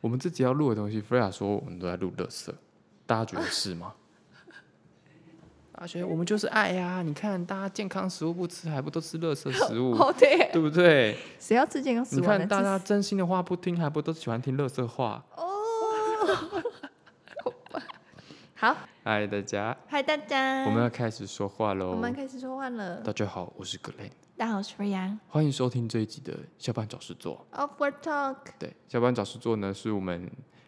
我们自己要录的东西，Freya 说我们都在录乐色，大家觉得是吗？ 大家觉得我们就是爱呀、你看大家健康食物不吃，还不都吃乐色食 物，哦对，对不对？谁要吃健康食你物啊？看能大吃家真心的话不听，还不都喜欢听乐色话？哦 好，嗨，哎大家，嗨大家，我们要开始说话喽哎我。们开始说话了。大家好，我是 Glen，大家好，我是飞扬。欢迎收听这一集的下班找事做。 Off Work Talk，对，下班找事做呢，是我们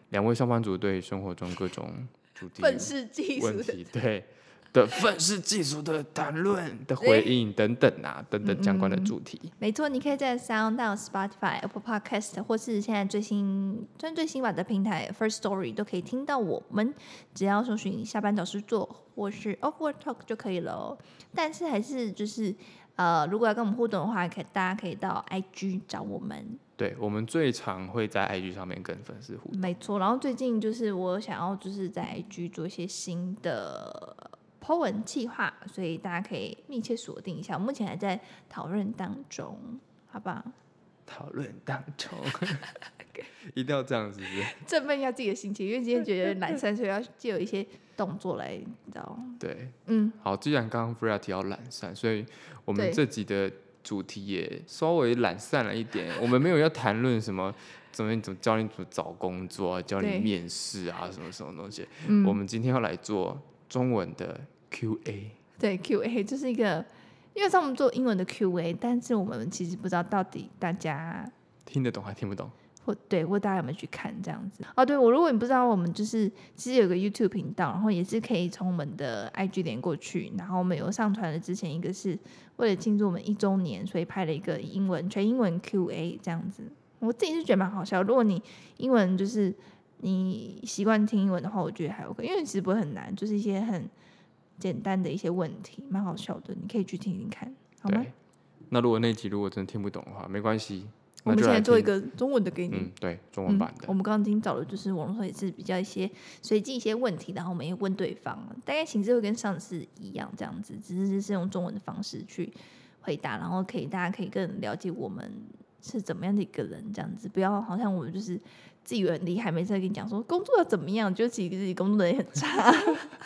两位上班族对生活中各种主题愤世嫉问俗，题对 的愤世嫉俗的谈论的回应等等嗯啊，等等相关的主题。没错，你可以在 Sound、On、Spotify、Apple Podcast 或是现在最新、算最新版的平台 First Story 都可以听到我们。只要搜寻“下班找事做”或是 Off Work Talk 就可以了哦。但是还是就是呃，如果要跟我们互动的话，可以大家可以到 IG 找我们。对我们最常会在 IG 上面跟粉丝互动，没错，然后最近就是我想要就是在 IG 做一些新的 po 文计划，所以大家可以密切锁定一下，目前还在讨论当中，好吧？讨论当 中， 一定要这样子是不是振奋一下自己的心情，因为今天觉得懒散，所以要借有一些动作来，你知道吗？对，嗯，好，既然刚刚 Freya 提到懒散，所以我们对这集的主题也稍微懒散了一点。我们没有要谈论什么 怎么怎么教你怎么找工作啊，教你对面试啊，什么什么东西。嗯我们今天要来做中文的 Q&A，对，Q&A 就是一个，因为像我们做英文的 Q&A，但是我们其实不知道到底大家听得懂还听不懂？或对，或大家有没有去看这样子？哦，对我，如果你不知道，我们就是其实有个 YouTube 频道，然后也是可以从我们的 IG 连过去，然后我们有上传了之前一个是为了庆祝我们一周年，所以拍了一个英文全英文 Q&A 这样子。我自己是觉得蛮好笑，如果你英文就是你习惯听英文的话，我觉得还 OK，因为其实不会很难，就是一些很简单的一些问题，蛮好笑的，你可以去听听看，好吗？对。那如果那集如果真的听不懂的话，没关系，那我们就现在来做一听，个中文的给你。嗯，对，中文版嗯的。我们刚刚今天找的就是网络上也是比较一些随机一些问题，然后我们也问对方，大概形式会跟上次一样这样子，只是就是用中文的方式去回答，然后可以大家可以更了解我们是怎么样的一个人，这样子不要好像我们就是自以为很厉害，每次在跟你讲说工作要怎么样，就其实自己工作能力很差，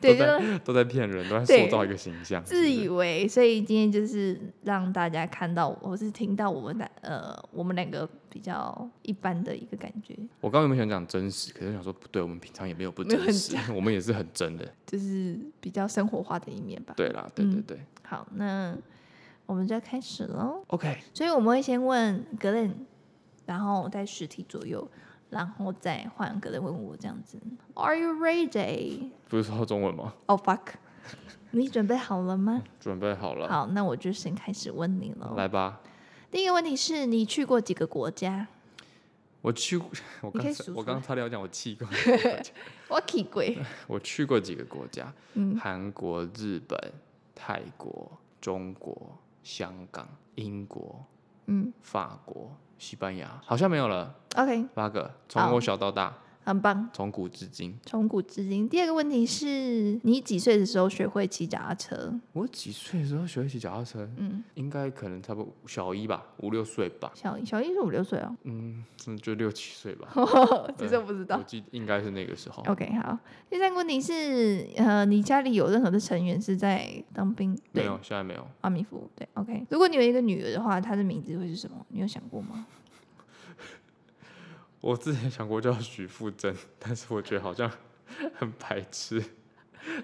对，就都是在都在骗人，都在对塑造一个形象。自是以为，所以今天就是让大家看到，我是听到我们的呃，我们两个比较一般的一个感觉，我刚刚有没有想讲真实？可是想说不对，我们平常也没有不没有真很实，我们也是很真的。就是比较生活化的一面吧。，对啦，对对嗯对。好，那我们就要开始喽。 OK，所以我们会先问格伦，然后在十题左右，然后再换格伦问我这样子。Are you ready? 不是说中文吗？ Oh fuck！你准备好了吗？准备好了，好，那我就先开始问你了。来吧。第一个问题是你去过几个国家？我去过， 我可刚以才数我出刚来刚差点要讲我去过几个国家，我去过，我去过几个国家，嗯，韩国、日本、泰国、中国、香港、英国、嗯法国、西班牙，好像没有了， ，OK，八个。从好我小到大，很棒。从古至今，从古至今，第二个问题是你几岁的时候学会骑脚踏车？我几岁的时候学会骑脚踏车？嗯，应该可能差不多小一吧，五六岁吧，小小一是五六岁哦，。嗯，嗯就六七岁吧 其实对我不知道我。记应该是那个时候。 OK，好。第三个问题是，呃，你家里有任何的成员是在当兵？没对，有，现在没有。阿米夫。对，OK。如果你有一个女儿的话，她的名字会是什么？你有想过吗？我之前想过叫许富珍，但是我觉得好像很白痴，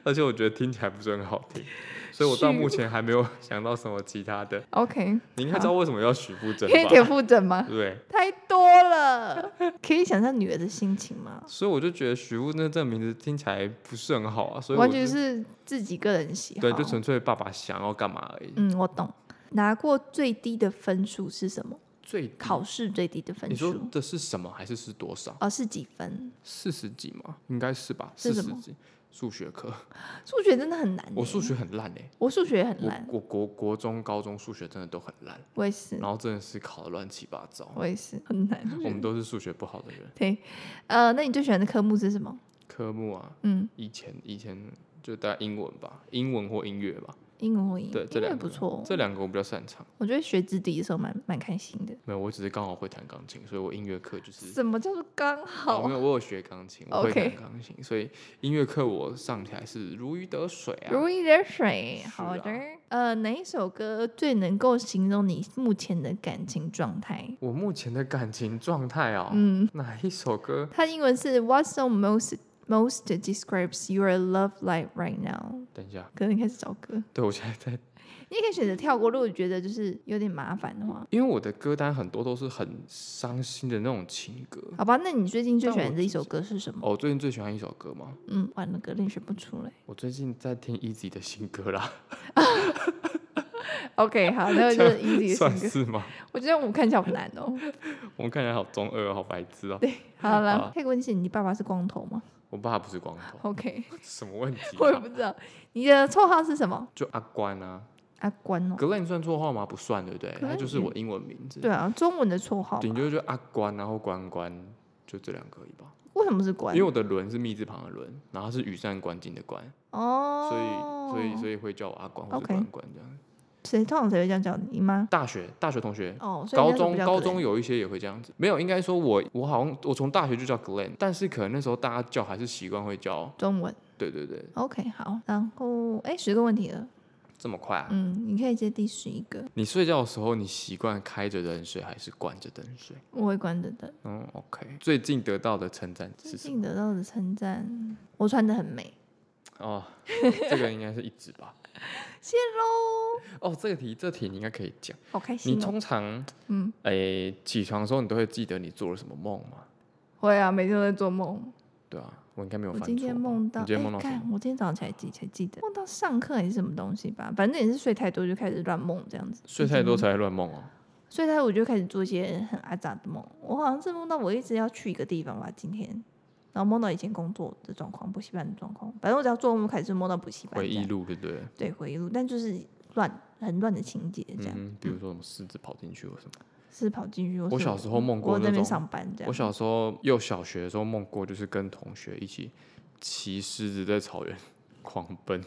而且我觉得听起来不是很好听，所以我到许目前还没有想到什么其他的。 OK，你应该知道为什么叫许富珍因为田吧？馥甄吗？对， 太多了，可以想象女儿的心情吗？所以我就觉得许富珍这个名字听起来不是很好啊，所以我完就全是自己个人喜好。对，就纯粹爸爸想要干嘛而已。嗯，我懂。拿过最低的分数是什么？最低考试最低的分你说数？的是什么？还是是多少？哦，是几分？四十几吗？应该是吧，四是十什么几。数学课，数学真的很难。欸我数，学很烂哎、我数学也很烂，我我国国中、高中数学真的都很烂，我也是，然后真的是考的乱七八糟。我也是很难。我们都是数学不好的人。对，呃，那你最喜欢的科目是什么？科目啊，嗯，以前以前就大概英文吧，英文或音乐吧。英文或英语，对这英两文个不错。这两个我比较擅长。我觉得学直笛的时候蛮蛮开心的。没有，我只是刚好会弹钢琴，所以我音乐课就是什么叫做刚哦，好 没？有，我有学钢琴，我会弹 OK 钢琴，所以音乐课我上起来是如鱼得水啊。如鱼得水，是好的啊。呃，哪一首歌最能够形容你目前的感情状态？我目前的感情状态哦，嗯，哪一首歌？它英文是 What song most most describes your love life right now？等一下，可能开始找歌，对我现在在，你也可以选择跳过。如果觉得就是有点麻烦的话，因为我的歌单很多都是很伤心的那种情歌。好吧。那你最近最嗯但喜我欢的一首歌是什么？哦，我最近最喜欢一首歌吗？嗯，完了，歌练选不出来。我最近在听 Easy 的新歌啦， OK，好，那就是 easy 的算新歌。是吗？我觉得我们看起来好难 哦。我们看起来好中二，好白痴哦。好了好，可以问一下你爸爸是光头吗我爸不是光头， ？OK， 什么问题啊、我也不知道。你的绰号是什么？就阿关啊阿关哦。 ，Glen 算绰号吗？不算，对不对？他就是 Glenn 我英文名字。对啊，中文的绰号吧。顶多就阿关，然后关关，就这两个而已吧。为什么是关因为？我的轮是密字旁的轮，然后是羽扇纶巾的纶，所哦，以所以所以会叫我阿关或者 OK 关关这样。谁通常谁会这样叫你？你妈？大学大学同学，哦，所以高那时候中比较高可中怜有一些也会这样子，没有，应该说我我好像我从大学就叫 Glen，但是可能那时候大家叫还是习惯会叫，中文。对对对， OK，好，然后哎，十个问题了，这么快啊？嗯，你可以接第十一个，你睡觉的时候，你习惯开着冷水还是关着冷水？我会关着灯。嗯，OK。最近得到的称赞最是什么？近得到的称赞，我穿的很美，哦， 这个应该是一直吧。谢喽，哦，这个题这题你应该可以讲。好开你心哦。通常嗯，诶、起床的时候，你都会记得你做了什么梦吗？会啊，每天都在做梦。对啊，我应该没有我犯错吧。今天梦到，你今天梦到什看么？我今天早上起来记才记得，梦到上课还是什么东西吧，反正也是睡太多就开始乱梦这样子。睡太多才会乱梦哦。睡太多我就开始做一些很阿杂的梦，我好像是梦到我一直要去一个地方吧，今天，然后梦到以前工作的状况，补习班的状况，反正我只要做梦开始就梦到补习班回这样忆录，对不对？对回忆录，但就是乱很乱的情节这样，嗯，比如说什么狮子跑进去或什么。是跑进去或什么。我小时候梦过我在那那边种上班这样。我小时候又小学的时候梦过，就是跟同学一起骑狮子在草原 狂奔。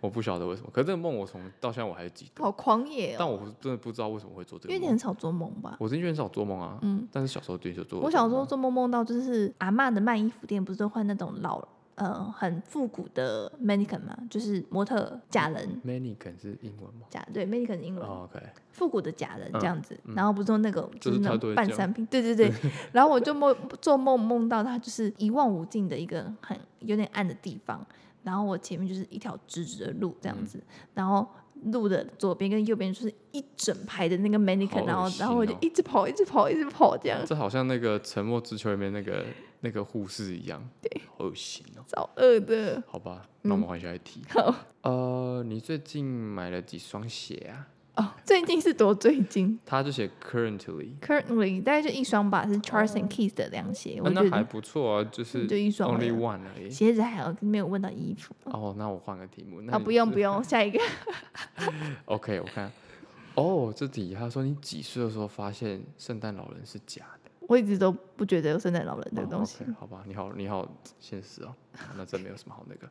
我不晓得为什么，可是这个梦我从到现在我还记得，好狂野但哦，我真的不知道为什么会做这因为个梦你很。少做梦吧？我是因为很少做梦啊，嗯，但是小时候的确做过这个梦。我小时候做梦梦到就是阿嬷的卖衣服店不是都换那种老呃很复古的 mannequin 嘛，就是模特假人 mannequin 是英文吗、假对 mannequin 英文。哦 o k 复古的假人嗯这样子，然后不是用那个就就是是他那种都会半这样商品，对 对对。然后我就梦做梦梦到他就是一望无尽的一个很有点暗的地方，然后我前面就是一条直直的路这样子，嗯然后路的左边跟右边就是一整排的那个 mannequin，、好恶然后然后我就心哦一直跑，一直跑，一直跑这样，这好像那个《沉默之丘》里面那个那个护士一样，对，好恶心哦。超饿的。好吧，那我们换下一题。嗯好呃，你最近买了几双鞋啊？哦，最近是多最近他就写 currently， ，currently 大概就一双吧，是 Charles and Keith 的凉鞋，啊我哦那觉还得不错啊，就是嗯就一双 only 而已 one 而已。鞋子还好，没有问到衣服。哦，那我换个题目。那啊，你不用是不 用，下一个。 OK，我看。哦，这题他说你几岁的时候发现圣诞老人是假的？我一直都不觉得有圣诞老人这个哦东西。 OK，好吧，你好，你好现实哦。那真没有什么好那个。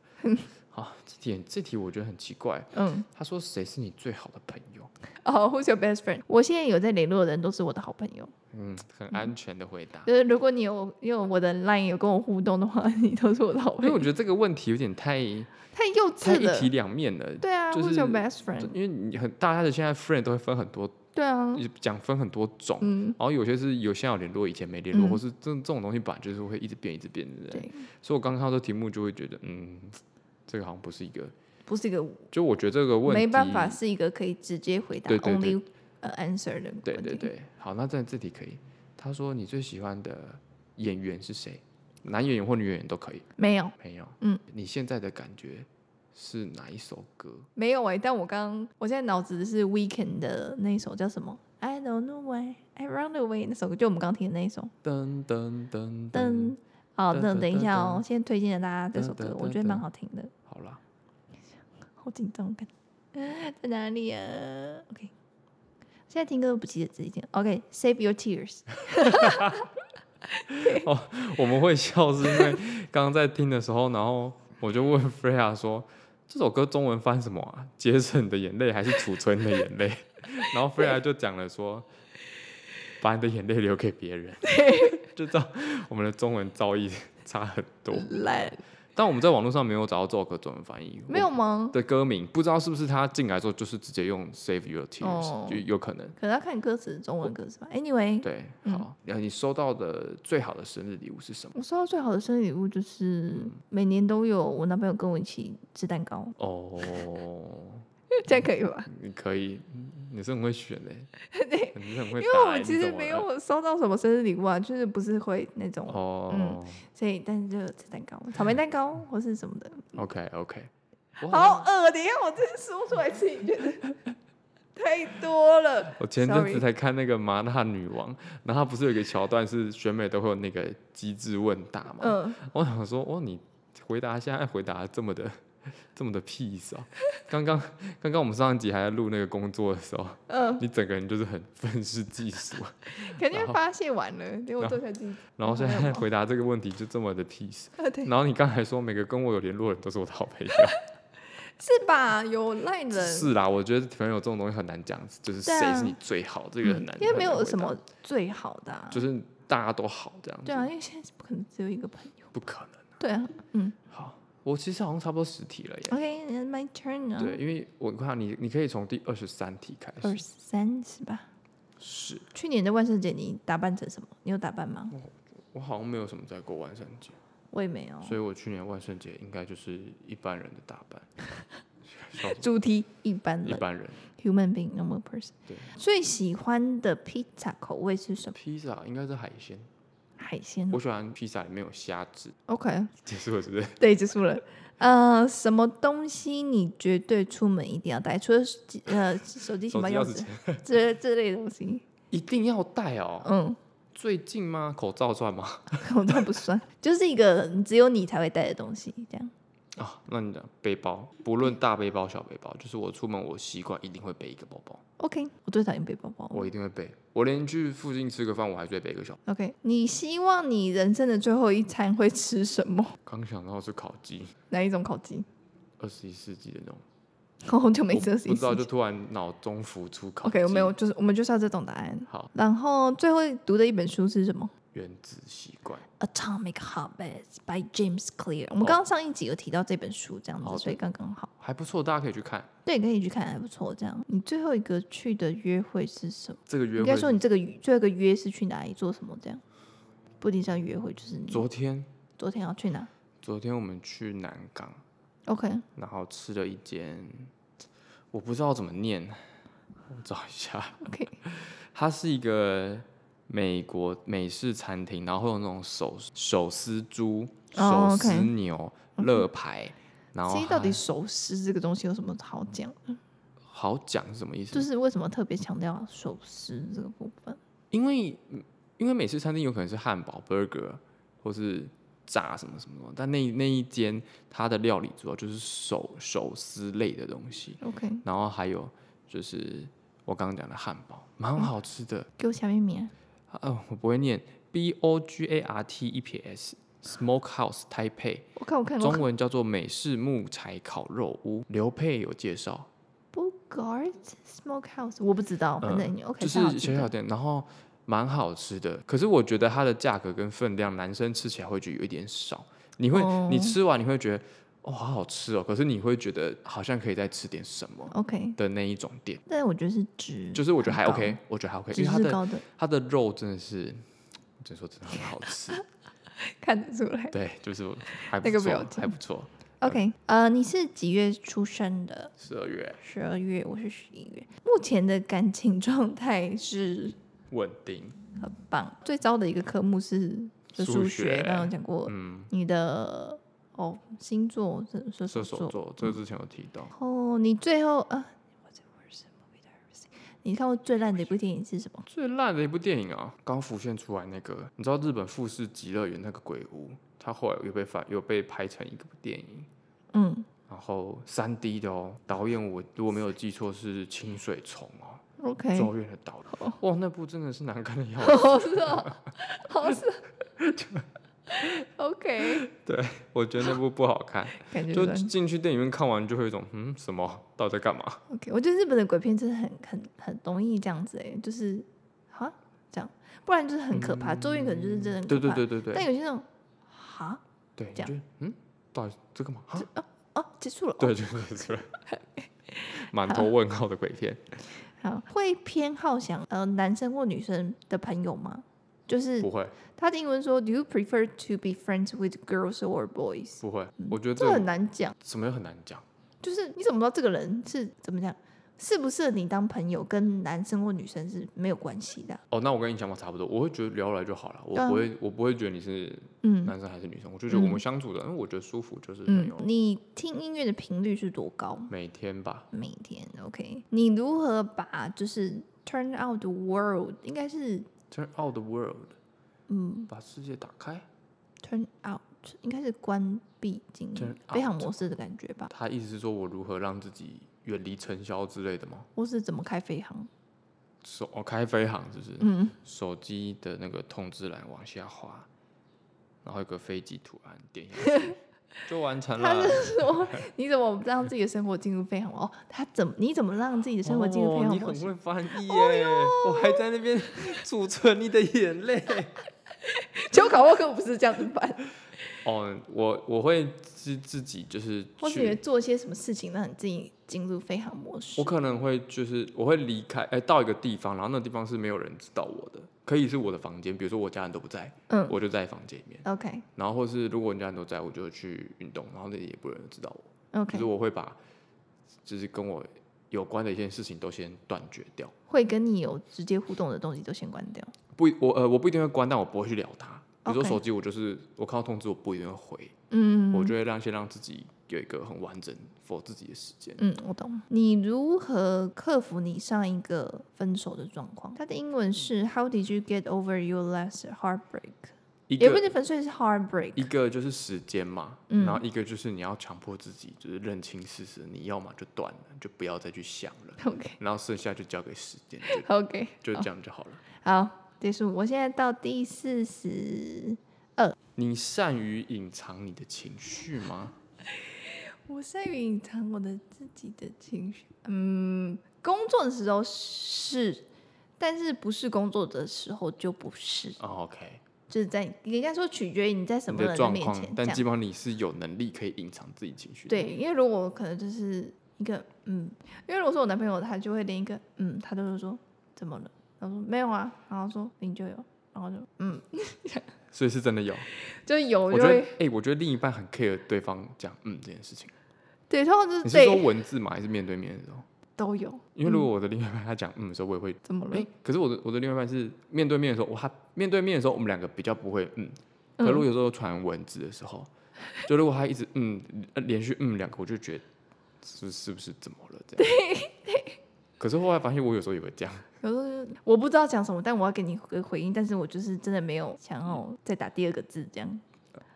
好，这题这题我觉得很奇怪。嗯，他说谁是你最好的朋友？哦、w h o s your best friend？我现在有在联络的人都是我的好朋友，嗯，很安全的回答。就是如果你有你有我的 line 有跟我互动的话，你都是我的好因朋为 友我。觉得这个问题有点太太幼太稚一体了，两面了。对啊、就 w h o s your 是 best friend？因为你很大家的现在 friend 都会分很多，对啊，讲分很多种，嗯，然后有些是有现在有联络，以前没联络，嗯或是这这种东西本来就是会一直变一直变的。对，所以我刚看到这题目就会觉得，嗯，这个好像不是一个，不是一个就我觉得这个问题没办法是一个可以直接回答对对对 only 呃 answer 的问题。对对对，好，那这这题可以。他说你最喜欢的演员是谁？男演员或女演员都可以。没有没有，嗯，你现在的感觉是哪一首歌？没有哎、但我刚我现在脑子是 Weekend 的那一首叫什么？I don't know why I run away 那首歌，就我们刚听的那一首。噔噔噔噔噔。，好，嗯噔那噔等一噔下哦，噔先推荐给大家这首噔噔歌，噔我觉得蛮噔好听的。好啦，好紧张，我看 在哪里啊？OK，现在听歌都不记得自己听。OK，Save Your Tears， 我们会笑是因为刚刚在听的时候，然后我就问 Freya 说：“这首歌中文翻什么啊？节省你的眼泪还是储存你的眼泪？ 然后菲莱就讲了说，把你的眼泪留给别人， 就知道我们的中文造诣差很多。烂，但我们在网络上没有找到这首歌中文翻译，没有吗？的歌名，不知道是不是他进来之后就是直接用 Save Your Tears，、哦就有可能。可能要看歌词，中文歌词吧。Anyway，对，嗯好，然后你收到的最好的生日礼物是什么？我收到最好的生日礼物嗯就是每年都有我男朋友跟我一起吃蛋 糕，哦，这样可以吧？你可以，你是很会选 的，你是很会答欸，因为我们你其实怎么没了有收到什么生日礼物啊，就是不是会那种，哦、所以但是就有吃蛋糕，草莓蛋糕或是什么的。 o k OK，我好像好恶，等一下我真是说出来自己觉得 太多了。我前阵 sorry 子才看那个麻辣女王， 然后她不是有一个桥段是选美都会有那个机智问答嘛，嗯，我想说，哦，你回答现在回答得这么的 这么的 peace 啊！刚刚刚刚我们上一集还在录那个工作的时候，嗯，你整个人就是很愤世嫉俗，肯定发泄完了，等然我后坐下自己。 然后现在回答这个问题就这么的 peace，啊，对，然后你刚才说每个跟我有联络的人都是我的好朋友，是吧？有赖人，嗯是啦，我觉得朋友这种东西很难讲，就是对啊嗯谁是你最好，这个很难，因为没很难有回什答么，最好的、啊。就是大家都好这样子，对啊，因为现在不可能只有一个朋友。不可能。对啊，嗯好，我其实好像差不多十题了耶， ，OK，and my turn 哦啊，对，因为我看你，你可以从第二十三题开二始，十三是吧？是。去年的万圣节你打扮成什么？你有打扮嗯吗？我好像没有什么在过万圣节，我也没有。所以我去年万圣节应该就是一般人的打 扮，笑死主题一般一人般人。 ，human being normal person。对，最喜欢的披萨口味是什么？披萨应该是海鲜，海鲜我。喜欢披萨里面有虾子。 OK，结束了是不是？对，结束了。呃，什么东西你绝对出门一定要带？除了手机呃手机、钱手包、机钥钥匙匙圈这这类的东西，一定要戴哦。嗯， 最近吗？口罩算吗？我倒不算，就是一个只有你才会带的东西，这样。啊，那你讲背包，不论大背包小背包，就是我出门我习惯一定会背一个包包， OK，我最讨厌背包包。我一定会背。我连去附近吃个饭，我还是会背一个小。 OK，你希望你人生的最后一餐会吃什么？刚想到是烤鸡，哪一种烤鸡？ 二十一世纪的那种，我好久没我吃不知道就了。突然脑中浮出烤鸡。 OK，我没有，就是我们就是要这种答案。好。然后最后读的一本书是什么原子习惯。 ？Atomic Habits by James Clear。我们刚刚上一集有提到这本书，这样子，好的所以刚刚哦好。还不错，大家可以去看。对，可以去看，还不错。这样，你最后一个去的约会是什么？这个约应会该说你这个最后一个约是去哪里做什么？这样，不一定是要约会，就是你昨天，昨天要去哪昨天我们去南港， ？OK，然后吃了一间，我不知道怎么念，我找一下。 OK 它是一个美国美式餐厅，然后会有那种手手撕猪、手哦撕，OK 牛、乐牌，然后所以到底还手撕这个东西有什么好讲的？好讲是什么意思？就是为什么特别强调手撕这个部分？因为因为美式餐厅有可能是汉堡、burger 或是炸什么什么的，但那那一间它的料理主要就是手手撕类的东西， OK，然后还有就是我刚刚讲的汉堡，蛮好吃的。给我下面名。啊哦，我不会念 B O G A R T 一撇 S Smokehouse Taipei，我看，我看，我中看。文叫做美式木柴烤肉屋。刘佩有介绍， Bogart Smokehouse，我不知道，反正、OK，呃就这好是记小得小店，然后蛮好吃的。可是我觉得它的价格跟分量，男生吃起来会觉得有一点少。你会、你哦吃完你会觉得哦好好吃哦，可是你会觉得好像可以再吃点什么 OK，的那一种店，但我觉得是值，就是我觉得还很高 OK，我觉得还 OK，值因为它是的高的，它的肉真的是，只能说真的很好 吃， 看得出来。对，就是还那不个错表，还情不错。 OK，呃，你是几月出生的？十二月十二月，我是十一月。目前的感情状态是稳定，很棒。最糟的一个科目是就数数学刚刚有讲过，嗯，你的哦星座是嗯射射手手座，座，这个之前有提到，哦，你最后啊，What's the worst movie that I've seen？你看过最烂的一部电影是什么？最烂的一部电影啊，刚浮现出来那个，你知道日本富士极乐园那个鬼屋，它后来又被翻，又被拍成一部电影，嗯然后三 D 的哦，导演我如果没有记错是清水崇哦， ，OK，咒怨的导演，哇，那部真的是难看的 要死，好是哦，好是哦，OK，对我觉得那部不好 看，感觉就不然进去电影院看完就会有一种嗯什么到底在干嘛？ OK，我觉得日本的鬼片真的很很很容易这样子哎、就是哈这样，不然就是很可怕。咒怨可能就是真的很嗯对可对怕，对对对但有些那种哈对，这你就嗯到底在干嘛？啊哦结束了，哦 对，就对出来， 满头问号的鬼片，好会偏好想呃男生或女生的朋友吗？就是不会他的英文说，Do you prefer to be friends with girls or boys？不会，我觉得嗯这这很难讲，什么也很难讲。就是你怎么知道这个人是怎么讲，适不适合你当朋友，跟男生或女生是没有关系的啊。哦，那我跟你想法差不多，我会觉得聊得来就好了，我嗯不会，我不会觉得你是嗯男生还是女生，我就觉得我们相处的，嗯，我觉得舒服就是朋嗯友，。你听音乐的频率是多高？每天吧，每天 OK？你如何把就是 turn out the world 应该是 Turn out the world，嗯把世界打开。 turn out 应该是关闭进 Turn 飞行 out 模式的感觉吧？他意思是说我如何让自己远离尘嚣之类的吗？或是怎么开飞行？手哦，开飞行是不是？嗯，手机的那个通知栏往下滑，然后有个飞机图案，点下去就完成他了是。说嗯 你怎么让自己的生活进入飞行模式？哦，他怎么你怎么让自己的生活进入飞哦，行你模很式？会翻译耶！我还在那边 储存你的眼泪。 就考沃克不是这样子办，哦，我我会自自己就是或是你会去，做些什么事情让你自己进入飞行模式我？可能会就是我会离开，哎、到一个地方，然后那地方是没有人知道我的，可以是我的房间，比如说我家人都不在，嗯我就在房间里面， ，OK 然后或是如果人家人都在，我就去运动，然后那里也不会有人知道我。就是 OK，我会把就是跟我有关的一件事情都先断绝掉。会跟你有直接互动的东西都先关掉。不一，我呃，我不一定会关，但我不会去聊它。比如说 OK 手机，我就是我看到通知，我不一定会回，嗯，我就会让先让自己有一个很完整 for 自己的时间。嗯，我懂。你如何克服你上一个分手的状况？它的英文是嗯 How did you get over your last heartbreak？一也不个是粉碎，是 heartbreak。 一个就是时间嘛，嗯然后一个就是你要强迫自己，就是认清事实，你要么就断了，就不要再去想了， OK 然后剩下就交给时间， OK， 就就这样就好了。好，结束。我现在到第四十，你善于隐藏你的情绪吗？我善于隐藏我的自己的情绪。嗯，工作的时候是，但是不是工作的时候就不是，哦，OK，就是在应该说取决于你在什你么的人的状面况前，这但样。基本上你是有能力可以隐藏自己情绪。，对，因为如果我可能就是一个嗯，因为如果是我男朋友，他就会连一个嗯，他都会说怎么了，然后说没有啊，然后说你就有，然后就嗯，所以是真的有。就有我就觉得，会哎、我觉得另一半很 care 对方讲嗯这件事情。对，通常就你是是说对文字吗？还是面对面的时候？都有，因为如果我的另外一半他讲嗯的时候，我也会。怎么了？哎、可是我的我的另外一半是面对面的时候，我他面对面的时候，我们两个比较不会嗯。可如果有时候传文字的时候，就如果他一直嗯呃连续嗯两个，我就觉得是是不是怎么了这样？对可是后来发现我有时候也会这样，有时候就是我不知道讲什么，但我要给你个回应，但是我就是真的没有想要再打第二个字这样，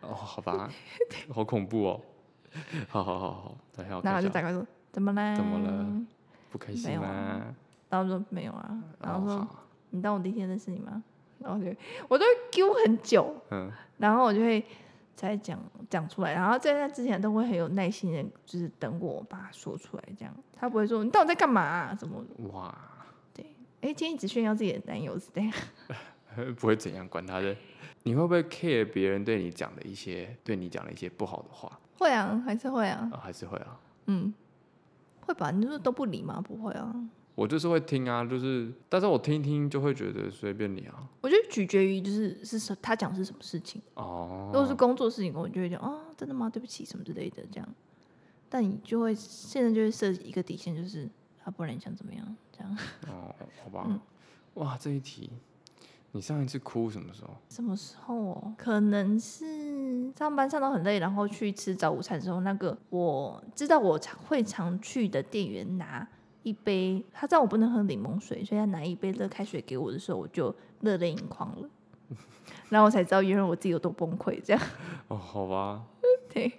哦，好吧，好恐怖哦。好好好好，等一下我然后看一就下打，开说怎么啦？怎么了？不开没心有啊啊。然后说没有啊，然哦后说好你当我第一天认识你吗？然后就我都会揪很久，嗯，然后我就会才讲讲出来，然后在那之前都会很有耐心的，就是等我把它说出来，这样他不会说你到底在干嘛、啊？怎么？哇， 哎，今天一直炫耀自己的男友是这样，不会怎样，管他的。你会不会 care 别人对你讲的一些对你讲的一些不好的话会啊，还是会啊，啊？还是会啊，嗯，会吧？你就是都不理吗？不会啊，我就是会听啊，就是，但是我听一听就会觉得随便你啊。我觉得取决于就是是什他讲是什么事情，如果是哦，工作事情，我就会讲啊，真的吗？对不起什么之类的这样，但你就会现在就会设一个底线，就是啊，不然你想怎么样？这样 哦，好吧。嗯哇，这一题，你上一次哭什么时候？什么时候哦？可能是上班上到很累，然后去吃早午餐的时候，那个我知道我常会常去的店员拿一杯，他知道我不能喝柠檬水，所以他拿一杯热开水给我的时候，我就热泪盈眶了。 然后我才知道，原来我自己有多崩溃。这样 哦，好吧，对，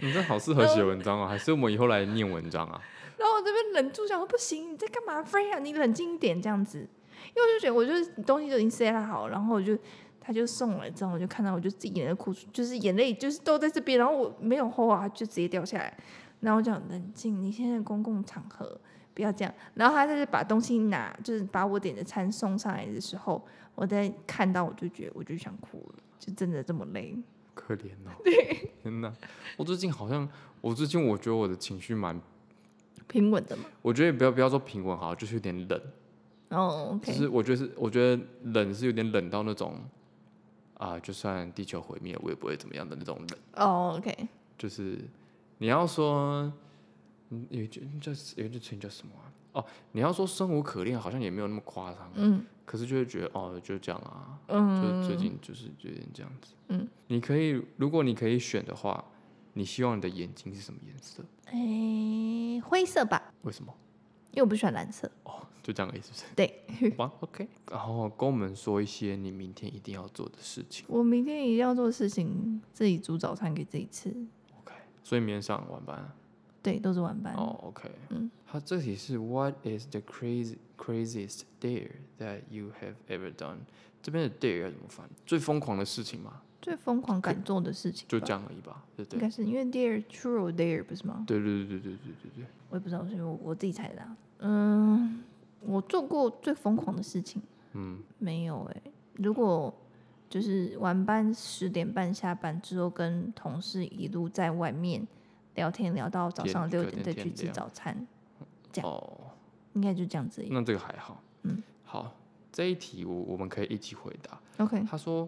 你这好适呃合写文章啊，还是我们以后来念文章啊？然后我这边忍住想说，不行，你在干嘛，Freya？你冷静一点这样子。因为我就觉得，我就是东西都已经塞好，然后我就他就送了之后，我就看到我就自己眼泪哭出，就是眼泪就是都在这边，然后我没有吼啊，就直接掉下来。然后我讲冷静，你现在公共场合不要这样。然后他就是把东西拿，就是把我点的餐送上来的时候，我在看到我就觉得我就想哭了，就真的这么累。 可怜哦。天哪，我最近好像，我最近我觉得我的情绪蛮，平稳的嘛。我觉得也不要不要说平稳好，就是有点冷。哦，OK、就 o k 是我觉得是，我觉得冷是有点冷到那种，啊、就算地球毁灭了，我也不会怎么样的那种冷。哦，OK、o k 就是你要说，嗯有一句叫有一句成语叫什么啊、哦，你要说生无可恋，好像也没有那么夸张，嗯可是就会觉得哦，就这样啊，嗯，就最近就是有点这样子。嗯，你可以，如果你可以选的话，你希望你的眼睛是什么颜色？诶、灰色吧，为什么？因为我不喜欢蓝色。哦，就这样而已，是不是？ 对，好吧，OK。然后跟我们说一些你明天一定要做的事情。我明天一定要做的事情，自己煮早餐给自己吃。 OK，所以明天上晚班啊、对，都是晚班。哦，OK。嗯，它这题是 What is the crazy craziest dare that you have ever done？这边的 dare 要怎么翻？最疯狂的事情嘛，最疯狂敢做的事情吧，就这样而已吧，对不应对？该是因为 Dear True Dare 不是吗？对对对对对对对对。我也不知道，是因为我我自己猜的、啊。嗯，我做过最疯狂的事情嗯，没有诶、如果就是晚班十点半下班之后，跟同事一路在外面聊天，聊到早天上六隔点天再天去吃亮早餐，这样哦，应该就这样子而已。那这个还好。嗯，好，这一题我我们可以一起回答。 OK，他说：“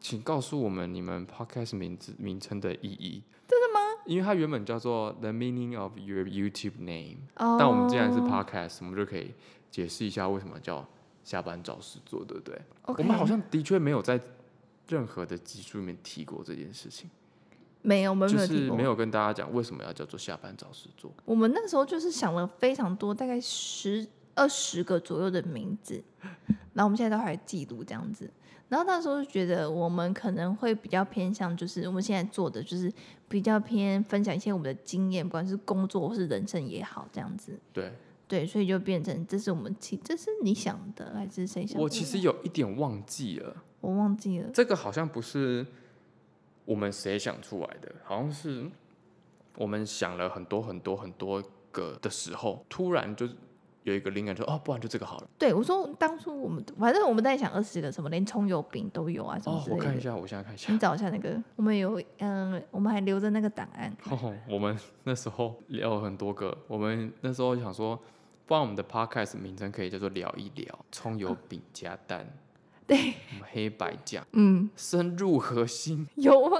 请告诉我们你们 podcast 名字名称的意义。”真的吗？因为它原本叫做 The Meaning of Your YouTube Name，、哦，但我们既然是 podcast，我们就可以解释一下为什么叫下班找事做，对不对 o k 我们好像的确没有在任何的集数里面提过这件事情，没有，我们没就有提是过。没有跟大家讲为什么要叫做下班找事做。我们那时候就是想了非常多，大概十二十个左右的名字，然后我们现在都还记录这样子。然后那时候就觉得我们可能会比较偏向，就是我们现在做的就是比较偏分享一些我们的经验，不管是工作或是人生也好，这样子。对对，所以就变成这是我们其这是你想的还是谁想的？我其实有一点忘记了。我忘记了。这个好像不是我们谁想出来的，好像是我们想了很多很多很多个的时候，突然就有一个灵感说，哦，不然就这个好了。对，我说当初我们反正我们在想二十个什么，连葱油饼都有啊，什么哦，之类我的。看一下，我现在看一下你。找一下那个，我们有嗯、我们还留着那个档案。哦， 我们那时候聊了很多个，我们那时候想说，不然我们的 podcast 名称可以叫做聊一聊，葱油饼加蛋， 对，我们黑白酱，嗯，深入核心，有吗？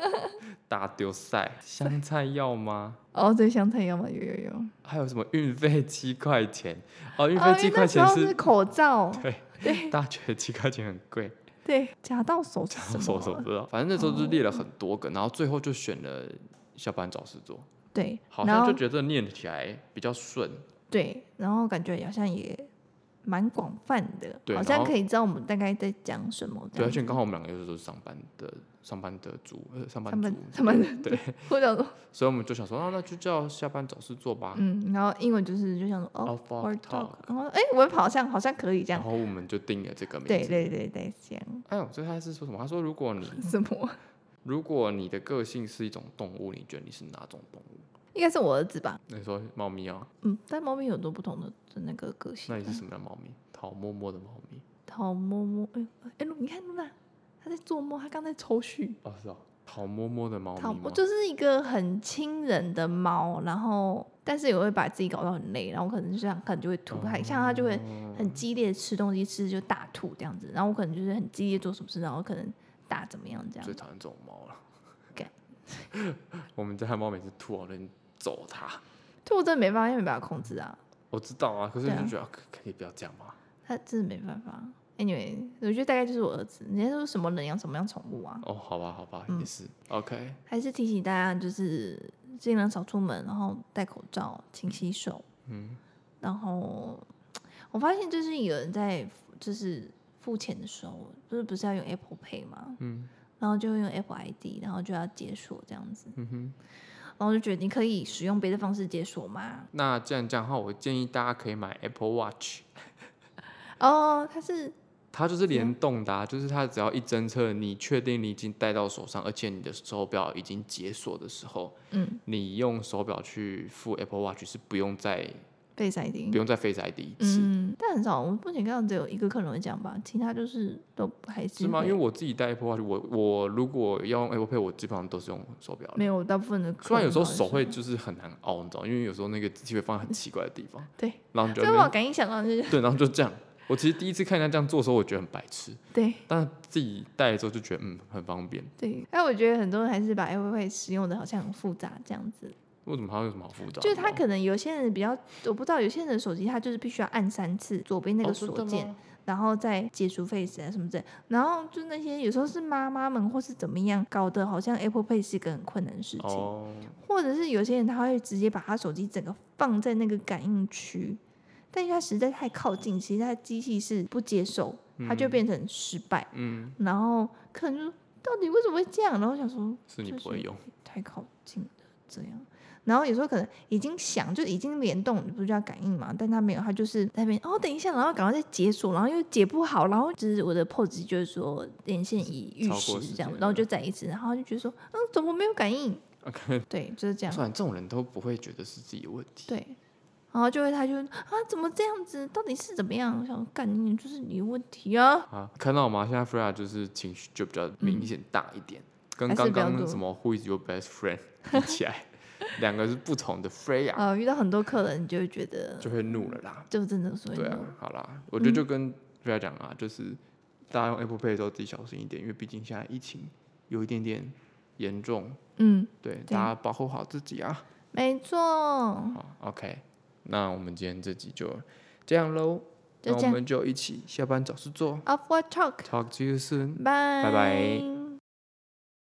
大丢赛，香菜要吗？哦，对，香菜要吗？有有有。还有什么运费七块钱？哦，运哦费七因为那块时钱候是是口罩，大家觉得七块钱很贵，对，夹到手是什么啊，手手不知道。反正那时候就列了很多个，然后最后就选了下班找事做，对，好然像后就觉得念起来比较顺。对，然后感觉好像也蛮广泛的，对好然像后可以知道我们大概在讲什么这对，而样且子。刚好我们两个又都是上班的上班的族，呃，上班上班族，上班的 对，或者 说，所以我们就想说，啊，那就叫下班找事做吧。嗯，然后英文就是就像哦 Off ，word talk， talk 哦然后哎，我好像好像可以这然样，后我们就定了这个名字。对对对对，这样 哎呦，这他是说什么？他说，如果你什么？如果你的个性是一种动物，你觉得你是哪种动物？应该是我儿子吧？你说猫咪啊？嗯，但猫咪有很多不同的的那个个性那啊。你是什么样的猫咪？讨默默的猫咪？讨摸摸，哎哎，露你看露娜，她在做梦，她刚在抽蓄。哦，是哦，讨摸摸的猫咪讨吗？就是一个很亲人的猫，然后但是也会把自己搞到很累，然后可能就像可能就会吐，它、哦像它就会很激烈地吃东西，吃就大吐这样子，然后我可能就是很激烈做什么事，然后可能大怎么样这样最，讨厌这种猫了干。 我们家的猫每次吐，我都很揍它。就我真的没办法，因为没办法控制啊，我知道啊，可是对你啊就觉得、啊可可以不要这样吗？它真的没办法。Anyway，我觉得大概就是我儿子，人家说什么人养什么样宠物啊，哦，好吧，好吧，嗯也是 OK。还是提醒大家就是尽量少出门，然后戴口罩，勤洗手。嗯，然后我发现就是有人在就是付钱的时候，就是不是要用 Apple Pay 嘛，嗯，然后就会用 Apple ID，然后就要解锁这样子，嗯哼。然后我就觉得你可以使用别的方式解锁嘛。那既然这样的话，我建议大家可以买 Apple Watch。哦，它是它就是联动的、啊，就是它只要一侦测，你确定你已经戴到手上，而且你的手表已经解锁的时候，嗯，你用手表去付 Apple Watch 是不用再被塞定不。用再 Face ID 一次，嗯，但很少，我目前看到只有一个客人会这样吧，其他就是都还是是吗？因会为我自己戴 Apple Watch，我我如果要用 Apple Pay，我基本上都是用手表的。没有大部分的客人虽然有时候都还是啊手会就是很难凹，你知道，因为有时候那个机器会放在很奇怪的地方，对，然后你就在这那我边敢一想到就是对，然后就这样。我其实第一次看人家这样做的时候，我觉得很白痴，对但是自己戴了之后就觉得嗯很方便。对，但我觉得很多人还是把 Apple Pay 使用的好像很复杂这样子，为什么它会有什么好复杂的吗？就是他可能有些人比较，我不知道有些人的手机他就是必须要按三次左边那哦个真锁的键，吗然后再解除 Face 啊什么的，然后就那些有时候是妈妈们或是怎么样搞得好像 Apple Pay 是一个很困难的事情，哦，或者是有些人他会直接把他手机整个放在那个感应区，但因为他实在太靠近，其实他机器是不接受，他就嗯变成失败，嗯，然后客人就说到底为什么会这样，然后我想说是你就不会是用，太靠近了，这样。然后有时候可能已经想，就已经联动，不是叫感应嘛？但他没有，他就是在那边哦，等一下，然后赶快再解锁，然后又解不好，然后就是我的 POS 就是说连线已遇超时过时这样间，了然后就再一次，然后他就觉得说，嗯，怎么没有感应？对，就是这样。算了，这种人都不会觉得是自己的问题。对，然后就会他就啊，怎么这样子？到底是怎么样？我想干你就是你的问题啊。啊，看到吗？现在 Freya 就是情绪就比较明显大一点，跟嗯还刚是比较刚多什么 Who is your best friend 比起来，两个是不同的 Freya，、呃，遇到很多客人，你就会觉得就会怒了啦。就真的所以对啊，好啦，我觉得就跟 Freya 讲啊，就是大家用 Apple Pay 的时候自己小心一点，因为毕竟现在疫情有一点点严重，嗯，对，对大家保护好自己啊。没错，好，OK，那我们今天这集就这样喽，就那我这样们就一起下班找事做 Off What Talk， ，Talk to you soon。拜拜拜。